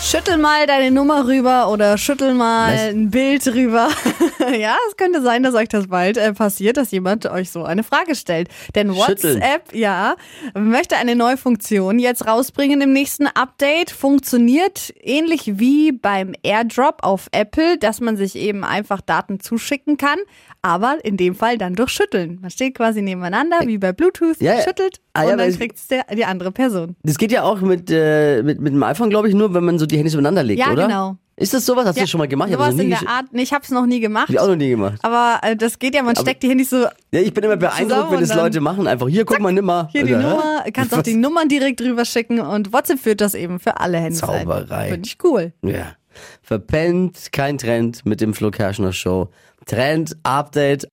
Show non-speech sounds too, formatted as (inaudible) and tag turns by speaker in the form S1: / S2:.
S1: Schüttel mal deine Nummer rüber oder schüttel mal
S2: Was?
S1: ein Bild rüber. (laughs) ja, es könnte sein, dass euch das bald äh, passiert, dass jemand euch so eine Frage stellt. Denn
S2: Schütteln.
S1: WhatsApp, ja, möchte eine neue Funktion jetzt rausbringen im nächsten Update. Funktioniert ähnlich wie beim AirDrop auf Apple, dass man sich eben einfach Daten zuschicken kann, aber in dem Fall dann durch Schütteln. Man steht quasi nebeneinander, wie bei Bluetooth,
S2: Ja, ja.
S1: schüttelt
S2: Ah, ja,
S1: und
S2: aber
S1: dann
S2: es-
S1: kriegt es die andere Person.
S2: Das geht ja auch mit, äh, mit, mit dem iPhone, glaube ich, nur, wenn man so die Handys übereinander legt,
S1: Ja,
S2: oder?
S1: genau.
S2: Ist das sowas? Hast du
S1: Ja,
S2: das schon mal gemacht? Ich hab das
S1: Sowas
S2: noch nie
S1: in der
S2: gesch-
S1: Art. Nee, ich habe es noch nie gemacht.
S2: Hab ich auch noch nie gemacht.
S1: Aber äh, das geht ja, man steckt die Handys so.
S2: Ja, ich bin
S1: Zusammen
S2: immer beeindruckt,
S1: und
S2: wenn das
S1: dann-
S2: Leute machen. Einfach hier, guck mal, nimm mal.
S1: Hier die
S2: Oder, hä?
S1: Nummer, kannst auch die Nummern direkt rüber schicken und WhatsApp führt das eben für alle Handys. ein.
S2: Zauberei.
S1: Finde ich cool.
S2: Ja. Verpennt, kein Trend mit dem Flo Kerschner Show. Trend, Update,